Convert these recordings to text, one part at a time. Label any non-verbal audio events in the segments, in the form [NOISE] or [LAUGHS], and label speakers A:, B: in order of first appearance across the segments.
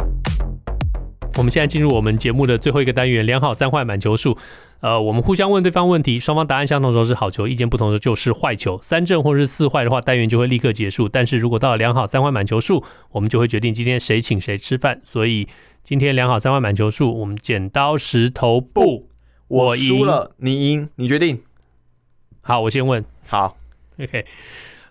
A: Podcast 我们现在进入我们节目的最后一个单元——良好三坏满球数。呃，我们互相问对方问题，双方答案相同的时候是好球，意见不同的时候就是坏球。三正或是四坏的话，单元就会立刻结束。但是如果到了良好三坏满球数，我们就会决定今天谁请谁吃饭。所以今天良好三坏满球数，我们剪刀石头布。我
B: 我
A: 赢
B: 输了，你赢，你决定。
A: 好，我先问。
B: 好，
A: [LAUGHS] OK，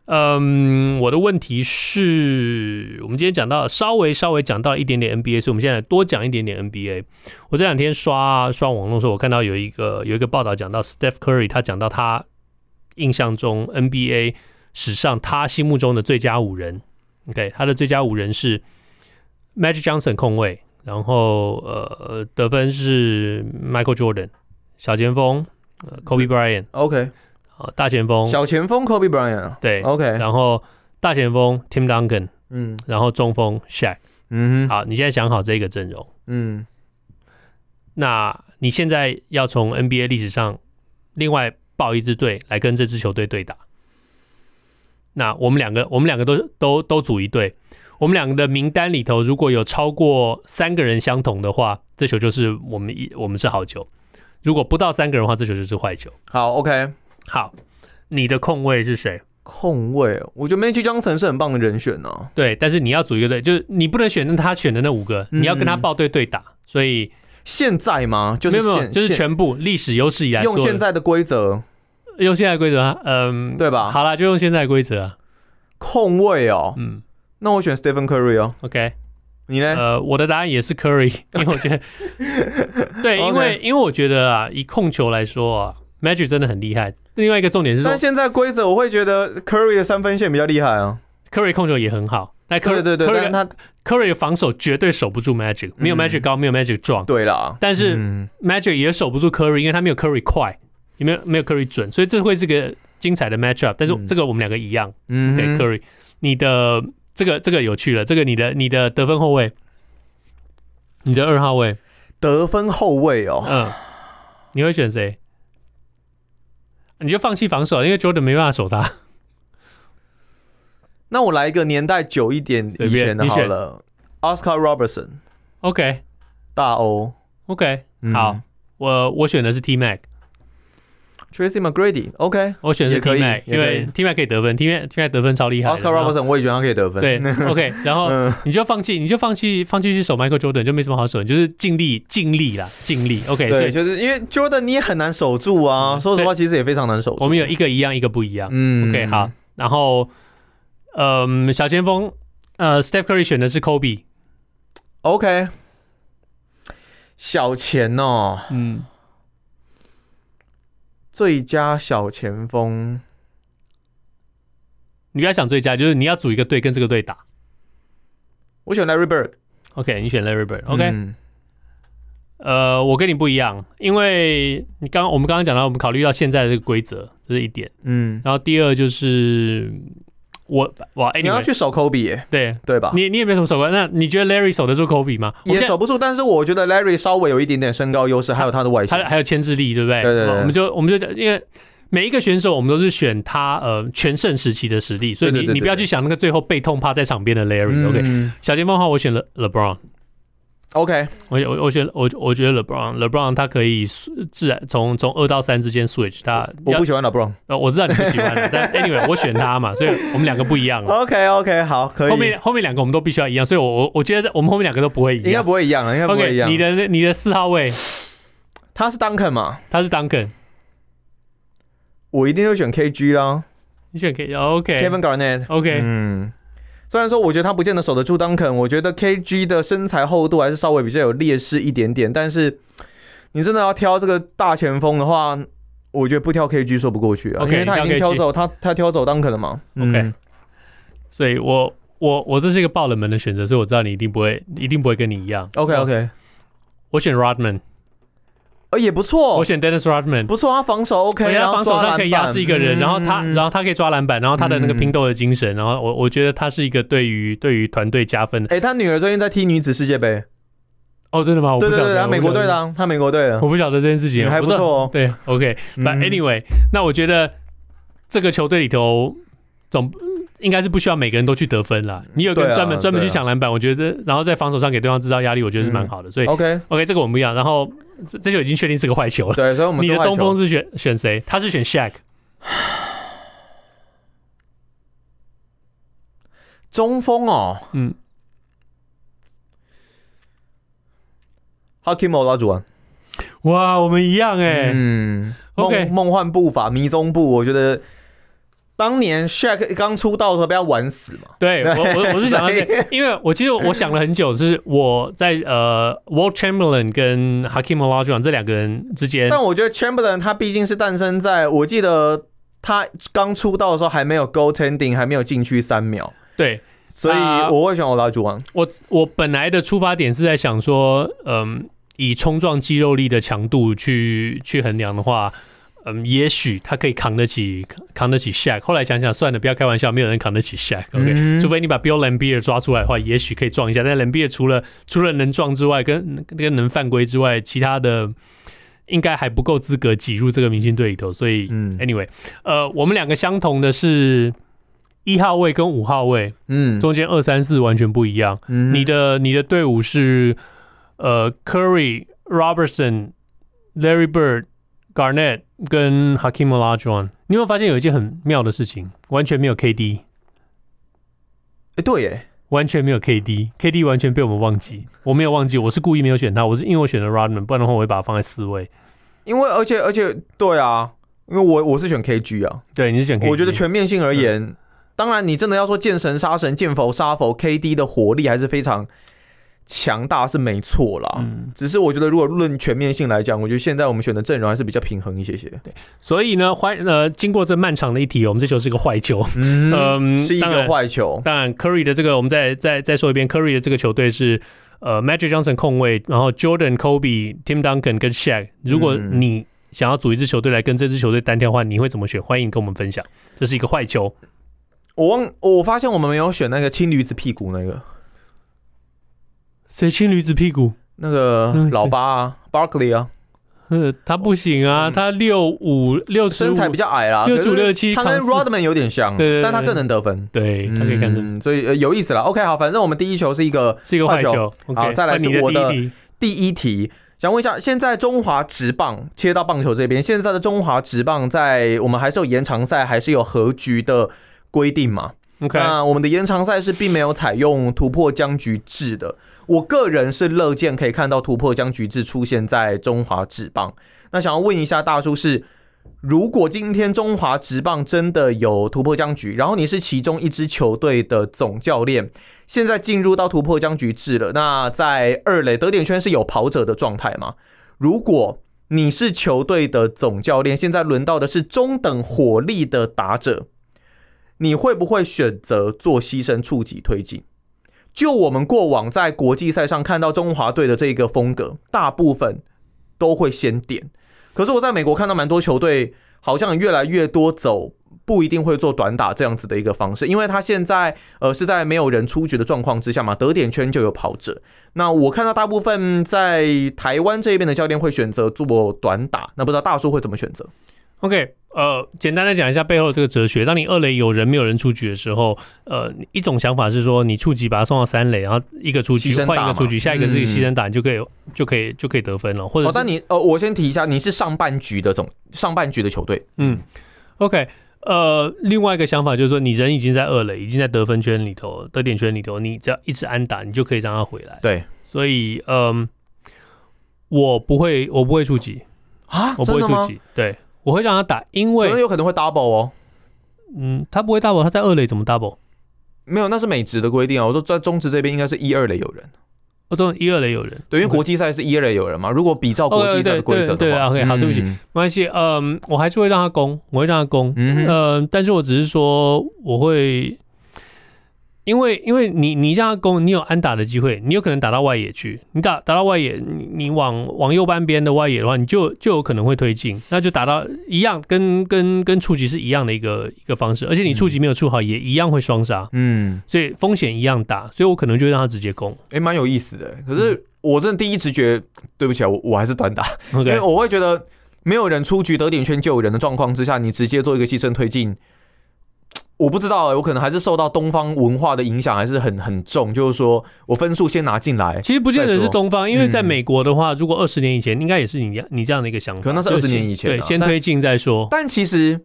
A: 嗯，我的问题是我们今天讲到稍微稍微讲到一点点 NBA，所以我们现在多讲一点点 NBA。我这两天刷刷网络的时候，我看到有一个有一个报道讲到 Steph Curry，他讲到他印象中 NBA 史上他心目中的最佳五人。OK，他的最佳五人是 Magic Johnson 控卫，然后呃得分是 Michael Jordan 小前锋、呃、Kobe Bryant
B: OK，
A: 呃大前锋
B: 小前锋 Kobe Bryant 啊。
A: 对
B: OK，
A: 然后大前锋 Tim Duncan，
B: 嗯
A: 然后中锋 Shaq。
B: 嗯哼
A: 好，你现在想好这个阵容，
B: 嗯，
A: 那你现在要从 NBA 历史上另外报一支队来跟这支球队对打。那我们两个，我们两个都都都组一队。我们两个的名单里头，如果有超过三个人相同的话，这球就是我们一我们是好球；如果不到三个人的话，这球就是坏球。
B: 好 OK。
A: 好，你的控卫是谁？
B: 控卫，我觉得 Magic Johnson 是很棒的人选哦、
A: 对，但是你要组一个队，就是你不能选他选的那五个，
B: 嗯
A: 你要跟他报队对打。所以
B: 现在吗？就是
A: 没有没有，
B: 现
A: 就是
B: 现
A: 全部历史有史以来
B: 用
A: 所有
B: 现在的规则，
A: 用现在的规则啊，嗯，
B: 对吧
A: 好啦，就用现在的规则啊，
B: 控卫哦、
A: 嗯
B: 那我选 Stephen Curry 哦、
A: ，OK，
B: 你呢？
A: 呃，我的答案也是
B: [LAUGHS]
A: Curry，因为我觉得，对，因为因为我觉得啊，以控球来说啊，Magic 真的很厉害。另外一个重点是说
B: 但现在规则我会觉得 Curry 的三分线比较厉害啊。
A: ，Curry 控球也很好，但 Curry
B: 对对对，但
A: Curry
B: 他
A: Curry 的防守绝对守不住 Magic，没有
B: 嗯
A: Magic 高，没有 Magic 壮，
B: 对啦，
A: 但是
B: 嗯
A: Magic 也守不住 Curry，因为他没有 Curry 快，也没有没有 Curry 准，所以这会是个精彩的 matchup。但是
B: 嗯
A: 这个我们两个一样，
B: 嗯
A: 给、
B: 哼
A: Curry。你的这个这个有趣了，这个你的你的得分后卫，你的二号位，
B: 得分后卫哦、
A: 嗯，你会选谁？你就放弃防守，因为 Jordan 没办法守他。 [LAUGHS]
B: 那我来一个年代久一点
A: 随
B: 以
A: 便
B: 前的
A: 你
B: 好
A: 选
B: 了，Oscar Robertson
A: OK
B: 大欧，
A: OK，、
B: 嗯
A: 好，我我选的是 T Mac，
B: ，Tracy McGrady OK。
A: 我选的是
B: 也可
A: T
B: 以
A: Mac，
B: 也
A: 因
B: 可以
A: 为 T Mac 可以得分，T Mac T Mac 得分超厉害的。
B: Oscar
A: 然后
B: Robertson，我也觉得他可以得分。
A: 对
B: [LAUGHS]
A: ，OK，然后
B: 嗯
A: 你就放弃，你就放弃，放弃去守 Michael Jordan 就没什么好守，你就是尽力尽力啦，尽力。OK，所哎
B: 对，
A: 以
B: 就是因为 Jordan 你也很难守住啊。
A: 嗯
B: 说实
A: 所
B: 话，其实也非常难守住。
A: 我们有一个一样，一个不一样。
B: 嗯
A: OK，好，，然后嗯，小前锋呃，Steph Curry 选的是 Kobe，
B: OK，小前哦，
A: 嗯，
B: 最佳小前锋，
A: 你不要想最佳，就是你要组一个队跟这个队打。
B: 我选 Larry Bird。
A: OK，你选 Larry Bird。OK，、
B: 嗯
A: 呃，我跟你不一样，因为你刚我们刚刚讲到，我们考虑到现在的这个规则，这是一点。
B: 嗯，
A: 然后第二就是我哇，哎、
B: 你要去守 Kobe，耶
A: 对
B: 对吧？
A: 你你也没什么手腕，那你觉得 Larry 守得住 Kobe 吗？我
B: 也
A: 现在
B: 守不住，但是我觉得 Larry 稍微有一点点身高优势，还有他的外
A: 还
B: 线。
A: 还有牵制力，对不对？
B: 对对对
A: 我们就我们就讲因为。每一个选手，我们都是选他呃全盛时期的实力，所以你
B: 对对对对
A: 你不要去想那个最后被痛趴在场边的 Larry、
B: 嗯
A: OK，小前锋的话，我选了 LeBron，
B: OK，
A: 我我我选我我觉得 LeBron LeBron 他可以自然从从二到三之间 switch，他
B: 我
A: 要
B: 不喜欢 LeBron。
A: 呃我知道你不喜欢
B: [LAUGHS]
A: 的，但 anyway 我选他嘛，所以我们两个不一样了。
B: OK OK，好，可
A: 后
B: 以，
A: 面后面两个我们都必须要一样，所以我我我觉得我们后面两个都不会一
B: 应该
A: 样。
B: 不会一样啊，应该不会
A: OK，
B: 一样
A: 你。的你的四号位
B: 他是 Duncan 嘛，
A: 他是 Duncan，
B: 我一定会选 KG 啦
A: 你选 K OK
B: ，Kevin Garnett。
A: OK，、
B: 嗯，虽然说我觉得他不见得守得住 Duncan，我觉得 KG 的身材厚度还是稍微比较有劣势一点点，但是你真的要挑这个大前锋的话，我觉得不挑 KG 说不过去啊
A: OK，
B: 因为他已
A: 你
B: 经
A: 挑
B: 挑
A: KG
B: 走他他挑走 Duncan 了嘛。嗯
A: OK 所以我我我这是一个爆冷门的选择，所以我知道你一定不会一定不会跟你一样。
B: OK OK，
A: 我选 Rodman，
B: 呃，也不错
A: 我，选 Dennis Rodman，
B: 不错，他防守 OK，
A: 而且
B: 然
A: 他
B: 后
A: 防守
B: 抓
A: 上
B: 篮
A: 可以压制一个人，
B: 板
A: 然后他，
B: 嗯
A: 然后他可以抓篮板，然后他的那个
B: 嗯
A: 拼斗的精神，然后我我觉得他是一个对于对于团队加分的。
B: 哎、他女儿最近在踢女子世界杯，
A: 哦，真的吗？我不
B: 对
A: 晓
B: 对对，
A: 得，
B: 他美国队的
A: 的，
B: 啊，他美国队的
A: 我，不晓得这件事情，
B: 还
A: 我
B: 不
A: 知道
B: 错哦。
A: 对，OK，
B: 嗯
A: But anyway，、那我觉得这个球队里头总应该是不需要每个人都去得分啦。你有个
B: 对啊
A: 专门、专门去
B: 对啊嗯
A: 抢篮板，我觉得，然后在防守上给对方制造压力，我觉得是蛮好的。所以
B: OK，
A: ，OK，这个我们不一样。然后这这就已经确定是个坏球了。
B: 对，所以我
A: [LAUGHS]
B: 们
A: 你的
B: 做坏
A: 中锋
B: 球
A: 是选选谁？他是选 Shaq，
B: 中锋哦，
A: 嗯
B: 嗯，Hakim Olajuwon，
A: 哇，我们一样哎、
B: 啊嗯，
A: OK
B: 梦梦幻步伐、迷踪步，我觉得当年 Shaq 刚出道的时候被他玩死嘛，
A: 对我我我是想到这
B: 所
A: 个，因为我其实我想了很久，是我在呃 Walt Chamberlain 跟 Hakim Olajuwon 这两个人之间，
B: 但我觉得 Chamberlain 他毕竟是诞生在我记得他刚出道的时候还没有 goaltending，还没有禁区三秒，
A: 对
B: 所以
A: 啊
B: 我会选 Olajuwon。
A: 我我本来的出发点是在想说，嗯，以冲撞肌肉力的强度去去衡量的话，嗯，也许他可以扛得起扛得起 Shaq。后来想想，算了，不要开玩笑，没有人扛得起 Shaq，OK、
B: 嗯
A: 除非你把 Bill Lambier 抓出来的话，也许可以撞一下。但 Lambier 除了除了能撞之外，跟跟能犯规之外，其他的应该还不够资格挤入这个明星队里头。所以、
B: 嗯
A: a n y w a y 呃，我们两个相同的是一号位跟五号位
B: 嗯，
A: 中间二三四完全不一样。
B: 嗯
A: 你的你的队伍是呃 Curry、Robertson、Larry Bird、Garnett 跟 Hakim Olajuwon。你有没有发现有一件很妙的事情？完全没有 KD，
B: 哎对耶，
A: 完全没有 KD，KD 完全被我们忘记。我没有忘记，我是故意没有选他，我是因为我选了 Rodman，不然的话我会把他放在四位。
B: 因为而且而且对啊，因为我我是选 KG 啊，
A: 对，你是选 KD。
B: 我觉得全面性而言，当然你真的要说见神杀神、见佛杀佛，KD 的火力还是非常强大，是没错啦。
A: 嗯
B: 只是我觉得，如果论全面性来讲，我觉得现在我们选的阵容还是比较平衡一些些。
A: 所以呢，坏呃，经过这漫长的一题，我们这球是个坏球。
B: 嗯，
A: 嗯
B: 是一
A: 当
B: 个
A: 然
B: 坏球。
A: 当然，Curry 的这个，我们再再再说一遍，Curry 的这个球队是呃 Magic Johnson 控卫，然后 Jordan、Kobe、Tim Duncan 跟 Shaq。如果
B: 嗯
A: 你想要组一支球队来跟这支球队单挑的话，你会怎么选？欢迎跟我们分享。这是一个坏球，
B: 我忘，我发现我们没有选那个青驴子屁股那个
A: 谁亲驴子屁股？
B: 那个
A: 嗯
B: 老八啊，Barkley 啊，
A: 呃，他不行啊，
B: 嗯
A: 他六五六十
B: 身
A: 五，
B: 材比较矮
A: 65
B: 啦，可是
A: 67
B: 他跟
A: 扛四
B: Rodman 有点像，
A: 对对对
B: 但他更能得分。
A: 对，他可以看成
B: 嗯，所以、呃有意思了。OK，好，反正我们第一球是一个
A: 是一个坏
B: 坏
A: 球。OK，
B: 好再来
A: 换你
B: 是我
A: 的第一题，
B: 第一题，想问一下，现在中华职棒切到棒球这边，现在的中华职棒在我们还是有延长赛，还是有和局的规定嘛？
A: OK，
B: 那我们的延长赛是并没有采用突破僵局制的。我个人是乐见可以看到突破僵局制出现在中华职棒。那想要问一下大叔是，如果今天中华职棒真的有突破僵局，然后你是其中一支球队的总教练，现在进入到突破僵局制了，那在二垒得点圈是有跑者的状态吗？如果你是球队的总教练，现在轮到的是中等火力的打者，你会不会选择做牺牲触及推进？就我们过往在国际赛上看到中华队的这个风格，大部分都会先点。可是我在美国看到蛮多球队，好像越来越多走不一定会做短打这样子的一个方式，因为他现在呃是在没有人出局的状况之下嘛，得点圈就有跑者。那我看到大部分在台湾这边的教练会选择做短打，那不知道大叔会怎么选择？
A: OK，呃，简单的讲一下背后的这个哲学。当你二垒有人没有人出局的时候，呃，一种想法是说你触及把他送到三垒，然后一个出局
B: 牺牲打
A: 换一个出局，
B: 嘛
A: 下一个是
B: 嗯
A: 牺牲打，你就可以就可以就可以得分了，或者
B: 哦，
A: 是、
B: 但你呃，我先提一下，你是上半局的总上半局的球队，
A: 嗯，OK。呃，另外一个想法就是说，你人已经在二垒，已经在得分圈里头、得点圈里头，你只要一直安打，你就可以让他回来。
B: 对
A: 所以，嗯、我不会，我不会触及，
B: 啊，
A: 我不
B: 真
A: 会
B: 的
A: 触
B: 吗？
A: 及，对，我会让他打，因
B: 可
A: 为
B: 能有可能会 double 哦，
A: 嗯，他不会 double，他在二垒怎么 double？
B: 没有，那是美职的规定啊。我说在中职这边应该是一二垒有人，
A: 我懂哦一二垒有人。
B: 对，因为国际赛是一二垒有人嘛。如果比照国际赛的规
A: 嗯
B: 则的话，
A: 哦对对对对，OK，好对不起
B: 嗯
A: 没关系，嗯，我还是会让呃他攻，我会让他攻，
B: 嗯
A: 嗯、但是我只是说我会，因为因为你你让他攻，你有安打的机会，你有可能打到外野去。你打打到外野，你你往往右半边的外野的话，你就就有可能会推进，那就打到一样，跟跟跟触及是一样的一个一个方式，而且你触
B: 嗯
A: 及没有触好，也一样会双杀，
C: 嗯，
A: 所以风险一样大，所以我可能就会让他直接攻。
B: 哎、蛮有意思的。可是我真的第一直觉，对不起啊，我我还是短打，因
A: OK，
B: 为我会觉得没有人出局得点圈救人的状况之下，你直接做一个牺牲推进，我不知道、欸，我可能还是受到东方文化的影响，还是很很重。就是说我分数先拿进来，
A: 其实不见得
B: 再
A: 是
B: 说
A: 东方，因为在
B: 嗯
A: 美国的话，如果二十年以前，应该也是你你这样的一个想法。
B: 可能那是
A: 就
B: 20年以前啊
A: 对，先
B: 但
A: 推进再说。
B: 但其实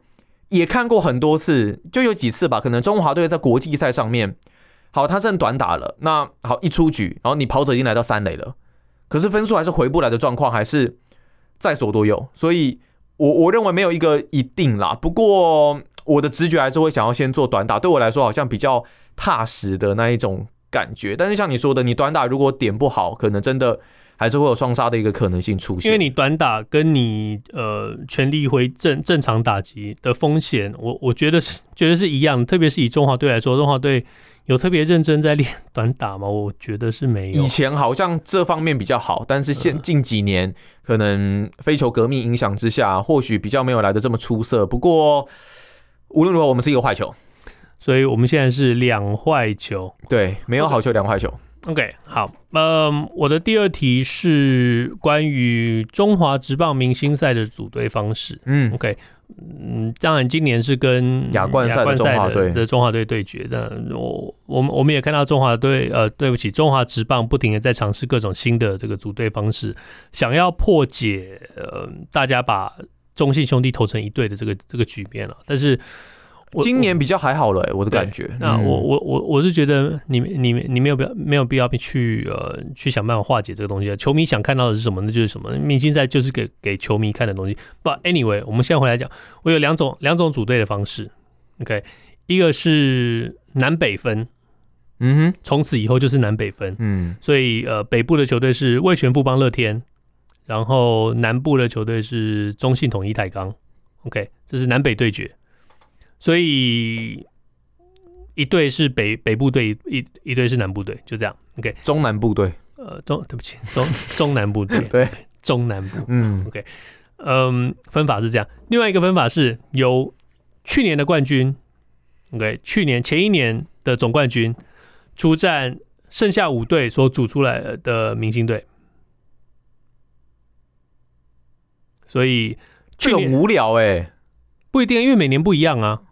B: 也看过很多次，就有几次吧，可能中华队在国际赛上面，好，他正短打了，那好一出局，然后你跑者已经来到三垒了，可是分数还是回不来的状况，还是在所多有，所以我我认为没有一个一定啦，不过我的直觉还是会想要先做短打，对我来说好像比较踏实的那一种感觉，但是像你说的，你短打如果点不好，可能真的。还是会有双杀的一个可能性出现，
A: 因为你短打跟你呃全力回正正常打击的风险，我我觉得是觉得是一样的，特别是以中华队来说，中华队有特别认真在练短打吗？我觉得是没有
B: 以。前好像这方面比较好，但是现
A: 嗯
B: 近几年可能非球革命影响之下，或许比较没有来的这么出色。不过无论如何，我们是一个坏球，
A: 所以我们现在是两坏球。
B: 对，没有好球两坏球。
A: OK，好，嗯，我的第二题是关于中华职棒明星赛的组队方式。
B: 嗯，
A: OK，嗯，当然今年是跟
B: 亚冠赛的
A: 亚冠
B: 中华队
A: 的中华队对决的。我我们我们也看到中华队，呃，对不起，中华职棒不停的在尝试各种新的这个组队方式，想要破解呃大家把中信兄弟投成一队的这个这个局面了、但是我
B: 今年比较还好了、欸，我的
A: 对
B: 感觉。
A: 那
B: 嗯
A: 我我我我是觉得你们你们你没有必要没有必要去呃去想办法化解这个东西啊的。球迷想看到的是什么，那就是什么。明星赛就是给给球迷看的东西。But anyway，我们现在回来讲，我有两种两种组队的方式。OK，一个是南北分，
B: 嗯哼，
A: 从此以后就是南北分。
B: 嗯，
A: 所以呃，北部的球队是味全富邦乐天，然后南部的球队是中信统一台钢。OK，这是南北对决，所以一队是北北部队，一一队是南部队，就这样。OK，
B: 中南部队，
A: 呃，中对不起，中中南部
B: [LAUGHS]
A: 队，
B: 对，
A: 中南部，
B: 嗯
A: 嗯，分法是这样。另外一个分法是由去年的冠军，OK，去年前一年的总冠军出战剩下五队所组出来的明星队，所以
B: 这
A: 去
B: 个
A: 年
B: 无聊哎、
A: 不一定，因为每年不一样啊，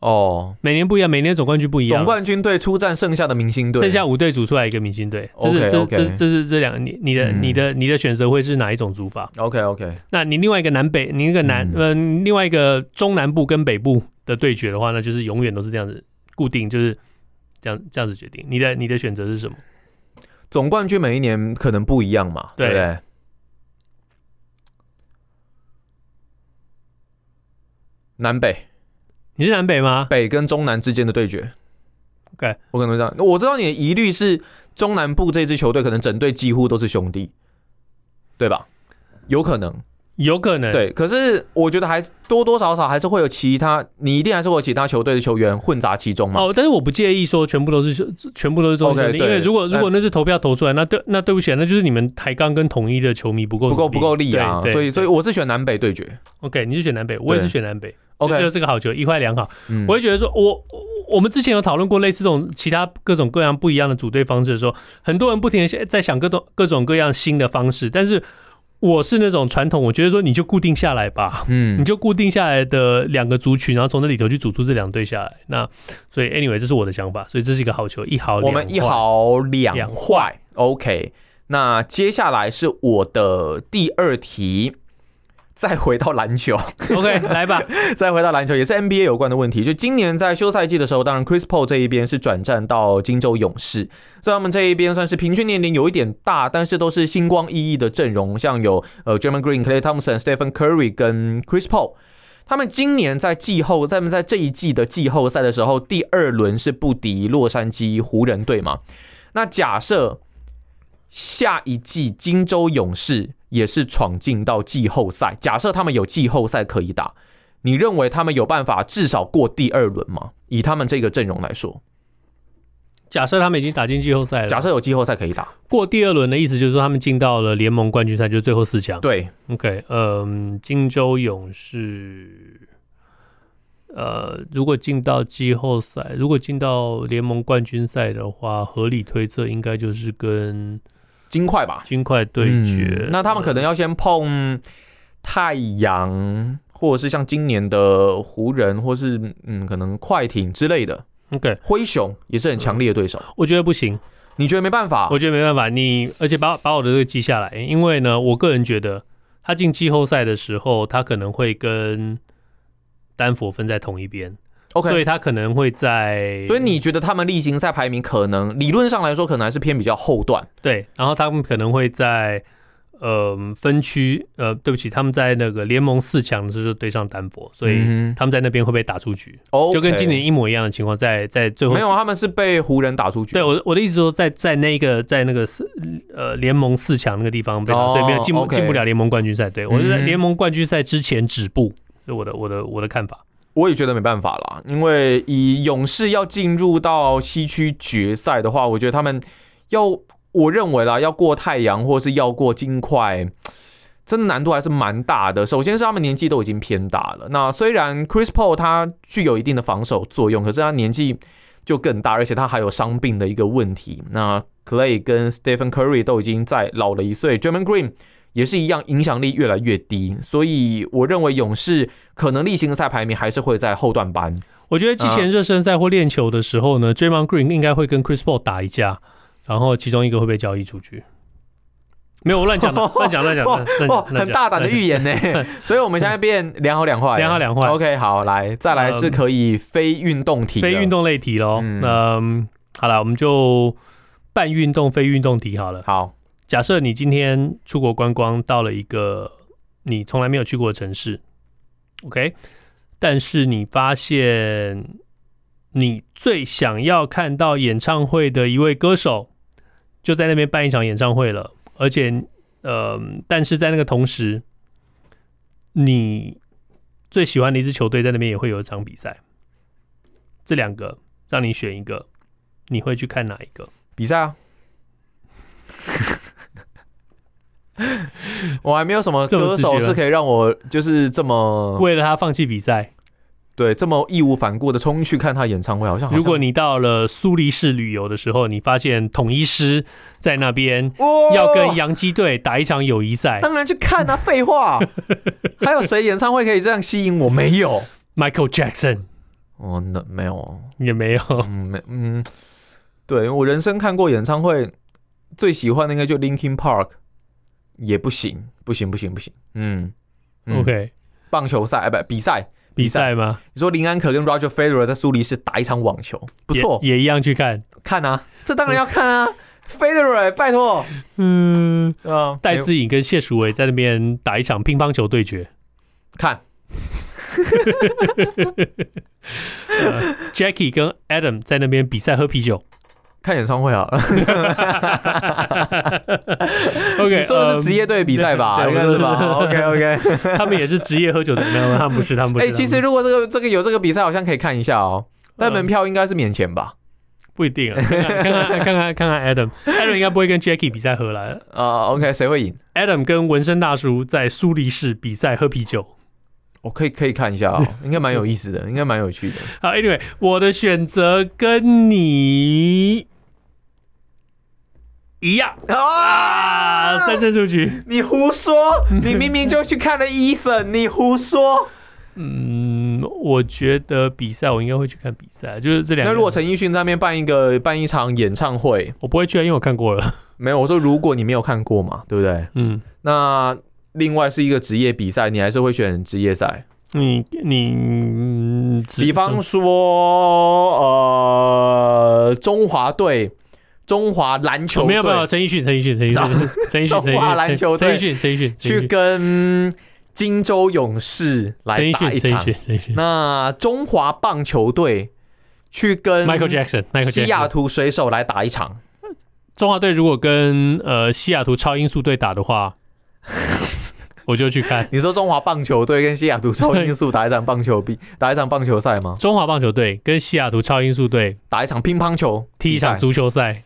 B: 哦，
A: 每年不一样，每年总冠军不一样
B: 总。冠军队出战剩下的明星队，
A: 剩下五队组出来一个明星队，这是
B: OK，
A: 这
B: OK
A: 这这是这两个你你的
B: 嗯
A: 你的你的选择会是哪一种组法？
B: OK OK，
A: 那你另外一个南北，你一个南，
B: 嗯
A: 呃，另外一个中南部跟北部的对决的话，那就是永远都是这样子固定，就是这样这样子决定。你的你的选择是什么？
B: 总冠军每一年可能不一样嘛，
A: 对
B: 对不对？南北。
A: 你是南北吗？
B: 北跟中南之间的对决。
A: OK
B: 我可能会这样。我知道你的疑虑是中南部这支球队可能整队几乎都是兄弟，对吧？有可能，
A: 有可能，，
B: 对。可是我觉得还是多多少少还是会有其他，你一定还是会有其他球队的球员混杂其中嘛。
A: 哦，但是我不介意说全部都是兄全部都是中性
B: OK，
A: 兄弟因为
B: 对
A: 如果
B: 那
A: 如果那是投票投出来，那对那对不起啊，那就是你们台钢跟统一的球迷不够
B: 不够
A: 努
B: 不够力啊，
A: 对对
B: 所以所以
A: 对
B: 我是选南北对决。
A: OK，你是选南北，我也是选南北。就
B: OK，
A: 是这个好球，一块两好。
B: 嗯
A: 我会觉得说，我我我们之前有讨论过类似这种其他各种各样不一样的组队方式的时候，很多人不停的在想各种各种各样新的方式，但是我是那种传统，我觉得说你就固定下来吧，你
B: 嗯，
A: 就固定下来的两个族群，然后从那里头去组出这两队下来。那所以 anyway，这是我的想法，所以这是一个好球，一好
B: 我
A: 两
B: 们一
A: 坏
B: 好两
A: 两
B: 坏。OK，那接下来是我的第二题，再回到篮球。
A: OK 来吧，
B: [LAUGHS] 再回到篮球，也是 NBA 有关的问题。就今年在休赛季的时候，当然 Chris Paul 这一边是转战到金州勇士，所以他们这一边算是平均年龄有一点大，但是都是星光熠熠的阵容，像有呃 d r a m o n Green、Clay Thompson、Stephen Curry 跟 Chris Paul。他们今年在季后，他们在这一季的季后赛的时候，第二轮是不敌洛杉矶湖人队嘛？那假设下一季金州勇士也是闯进到季后赛，假设他们有季后赛可以打，你认为他们有办法至少过第二轮吗？以他们这个阵容来说，
A: 假设他们已经打进季后赛了，
B: 假设有季后赛可以打，
A: 过第二轮的意思就是说他们进到了联盟冠军赛，就是最后四强。
B: 对，
A: OK，嗯，金州勇士，呃，如果进到季后赛，如果进到联盟冠军赛的话，合理推测应该就是跟
B: 金块吧，
A: 金块对决。
B: 嗯那他们可能要先碰太阳，或者是像今年的湖人，或是嗯，可能快艇之类的。
A: OK，
B: 灰熊也是很强烈的对手，
A: 我觉得不行，
B: 你觉得没办法？
A: 嗯我觉得没办法。你而且把把我的这个记下来，因为呢，我个人觉得他进季后赛的时候，他可能会跟丹佛分在同一边所
B: OK，
A: 以他可能会在，
B: 所以你觉得他们例行赛排名可能理论上来说，可能还是偏比较后段。
A: 对，然后他们可能会在呃分区，呃，对不起，他们在那个联盟四强的时候就对上丹佛，所以
B: 嗯
A: 他们在那边会被打出局，
B: 哼，
A: 就跟
B: OK
A: 今年一模一样的情况，在在最后
B: 没有，啊他们是被湖人打出局。
A: 对我我的意思说在，在那个在那个四呃联盟四强那个地方被打，
B: 哦
A: 所以没有进不
B: OK
A: 进不了联盟冠军赛。对我是在
B: 嗯
A: 联盟冠军赛之前止步，是我的我的我的看法。
B: 我也觉得没办法啦，因为以勇士要进入到西区决赛的话，我觉得他们要，我认为啦，要过太阳或是要过金块，真的难度还是蛮大的。首先是他们年纪都已经偏大了，那虽然 Chris Paul 他具有一定的防守作用，可是他年纪就更大，而且他还有伤病的一个问题。那 Clay 跟 Stephen Curry 都已经在老了一岁 d r a m o n Green 也是一样，影响力越来越低，所以我认为勇士。可能例行赛排名还是会在后段班。
A: 我觉得之
B: 啊
A: 前热身赛或练球的时候呢、d r a y m o n d Green 应该会跟 Chris Paul 打一架，然后其中一个会被交易出去。没有，我乱讲
B: [LAUGHS]
A: 的，乱讲乱讲乱讲，
B: 哇，
A: 乱讲
B: 哦很大胆的。预言呢， [LAUGHS] 所以我们现在变两好两坏，
A: 两好两坏嗯
B: OK，好，来，再来是可以非运动体，
A: 非运。动类题喽，
B: 啊嗯
A: 嗯，好了，我们就半运动、非运动题好了。
B: 好，
A: 假设你今天出国观光到了一个你从来没有去过的城市，OK，但是你发现你最想要看到演唱会的一位歌手就在那边办一场演唱会了，而且呃，但是在那个同时，你最喜欢的一支球队在那边也会有一场比赛，这两个让你选一个，你会去看哪一个？
B: 比赛啊。 [LAUGHS] 我还没有什么
A: 这么
B: 歌
A: 直觉吗
B: 手是可以让我就是这么
A: 为了他放弃比赛，
B: 对这么义无反顾的冲去看他演唱啊会，好像好像
A: 如果你到了苏黎世旅游的时候，你发现统一师在那边
B: 哦
A: 要跟洋基队打一场友谊赛
B: 当然去看啊，
A: [LAUGHS]
B: 废话，还有谁演唱会可以这样吸引我？没有，
A: ，Michael Jackson
B: 哦，那没有，
A: 也没有。
B: [LAUGHS] 嗯，没，嗯，对我人生看过演唱会，最喜欢的应该就 Linkin Park，也不行，不行，不行，不行。嗯嗯
A: OK，
B: 棒球赛哎，不比赛，
A: 比赛吗？
B: 你说林安可跟 Roger Federer 在苏黎世打一场网球，不错，
A: 也也一样去看。
B: 看啊，这当然要
A: [LAUGHS]
B: 看啊，Federer 拜
A: 啊
B: 托，
A: 嗯，
B: 嗯，
A: 戴
B: 没
A: 志颖跟谢淑薇在那边打一场乒乓球对
B: [LAUGHS]
A: 决。
B: 看
A: 呃 Jackie 跟 Adam 在那边比赛喝啤
B: [LAUGHS]
A: 酒。 [LAUGHS]
B: 看演唱会啊，
A: OK，嗯
B: 你 [LAUGHS] 说的是职业队比赛
A: [LAUGHS]
B: 吧，
A: 对
B: 应
A: 对
B: 该是吧
A: 我
B: ？OK
A: [LAUGHS]
B: [LAUGHS] OK，
A: 嗯他们也是职业喝酒的，没有，他们不是，他们不是。
B: [LAUGHS] 哎，其
A: 他
B: 实
A: 们
B: 如果这个这个有这个比赛，好像可以看一下哦，但
A: 嗯
B: 门票应该是免钱吧？
A: 不一定啊，看看看看看看 Adam，Adam 应该不会跟 Jackie 比赛喝来。
B: 啊，OK，谁会赢？
A: Adam 跟纹身大叔在苏黎世比赛喝啤酒。
B: 我可以可以看一下哦， [LAUGHS] 应该蛮有意思的，应该蛮有趣的。
A: 好，Anyway，我的选择跟你一样啊，三胜出局。
B: 你胡说！你明明就去看了医生，你胡说。
A: 嗯，我觉得比赛我应该会去看比赛，就是这两个。
B: 那如果陈奕迅在那边办一个办一场演唱会，
A: 我不会去啊，因为我看过了。
B: 没有，我说如果你没有看过嘛，对不对？
A: 嗯，
B: 那另外是一个职业比赛，你还是会选职业赛，
A: 你你嗯
B: 比方说呃中华队、中华篮球
A: 哦没
B: 队
A: 有没有陈奕迅，陈奕迅，陈奕迅，陈奕迅，
B: 中
A: 陈
B: 华
A: 奕
B: 篮
A: 迅，
B: 球
A: 陈
B: 队
A: 奕迅，陈奕迅，
B: 去跟金州勇士
A: 陈
B: 来
A: 奕
B: 打一
A: 迅，陈奕
B: 场
A: 迅，。陈奕迅
B: 那中华棒球队去跟
A: ，Michael Jackson，Michael
B: 西
A: Jackson，
B: 雅图水手来打一场， [LAUGHS]
A: 中华队如果跟呃西雅图超音速队打的话，我就去看
B: 你说中华棒球队跟西雅图超音速打一场棒球比打一场棒球赛吗？
A: 中华棒球队跟西雅图超音速队
B: 打一场乒乓球
A: 踢一场
B: 比赛
A: 足球赛。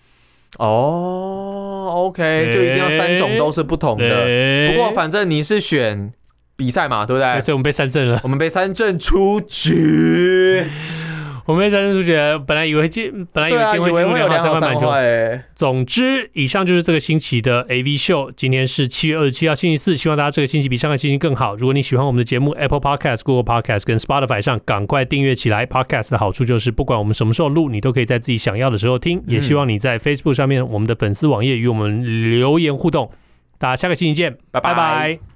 B: 哦，OK，就一定要三种都是不同的。
A: 对
B: 不过反正你是选比赛嘛，对不
A: 哎
B: 对？
A: 所以我们被三振了。
B: 我们被三振出局，
A: 我们被三振出局了，本来以为今本来以
B: 对
A: 为
B: 啊，
A: 今
B: 以
A: 天会
B: 为
A: 进入
B: 会有
A: 两
B: 两
A: 好三
B: 好三
A: 分球。
B: 坏，
A: 总之，以上就是这个星期的 AV 秀。今天是七月二十七号，星期四，希望大家这个星期比上个星期更好。如果你喜欢我们的节目，Apple Podcast、Google Podcast 跟 Spotify 上赶快订阅起来。Podcast 的好处就是，不管我们什么时候录，你都可以在自己想要的时候听。
B: 嗯
A: 也希望你在 Facebook 上面我们的粉丝网页与我们留言互动。大家下个星期见，
B: 拜
A: 拜拜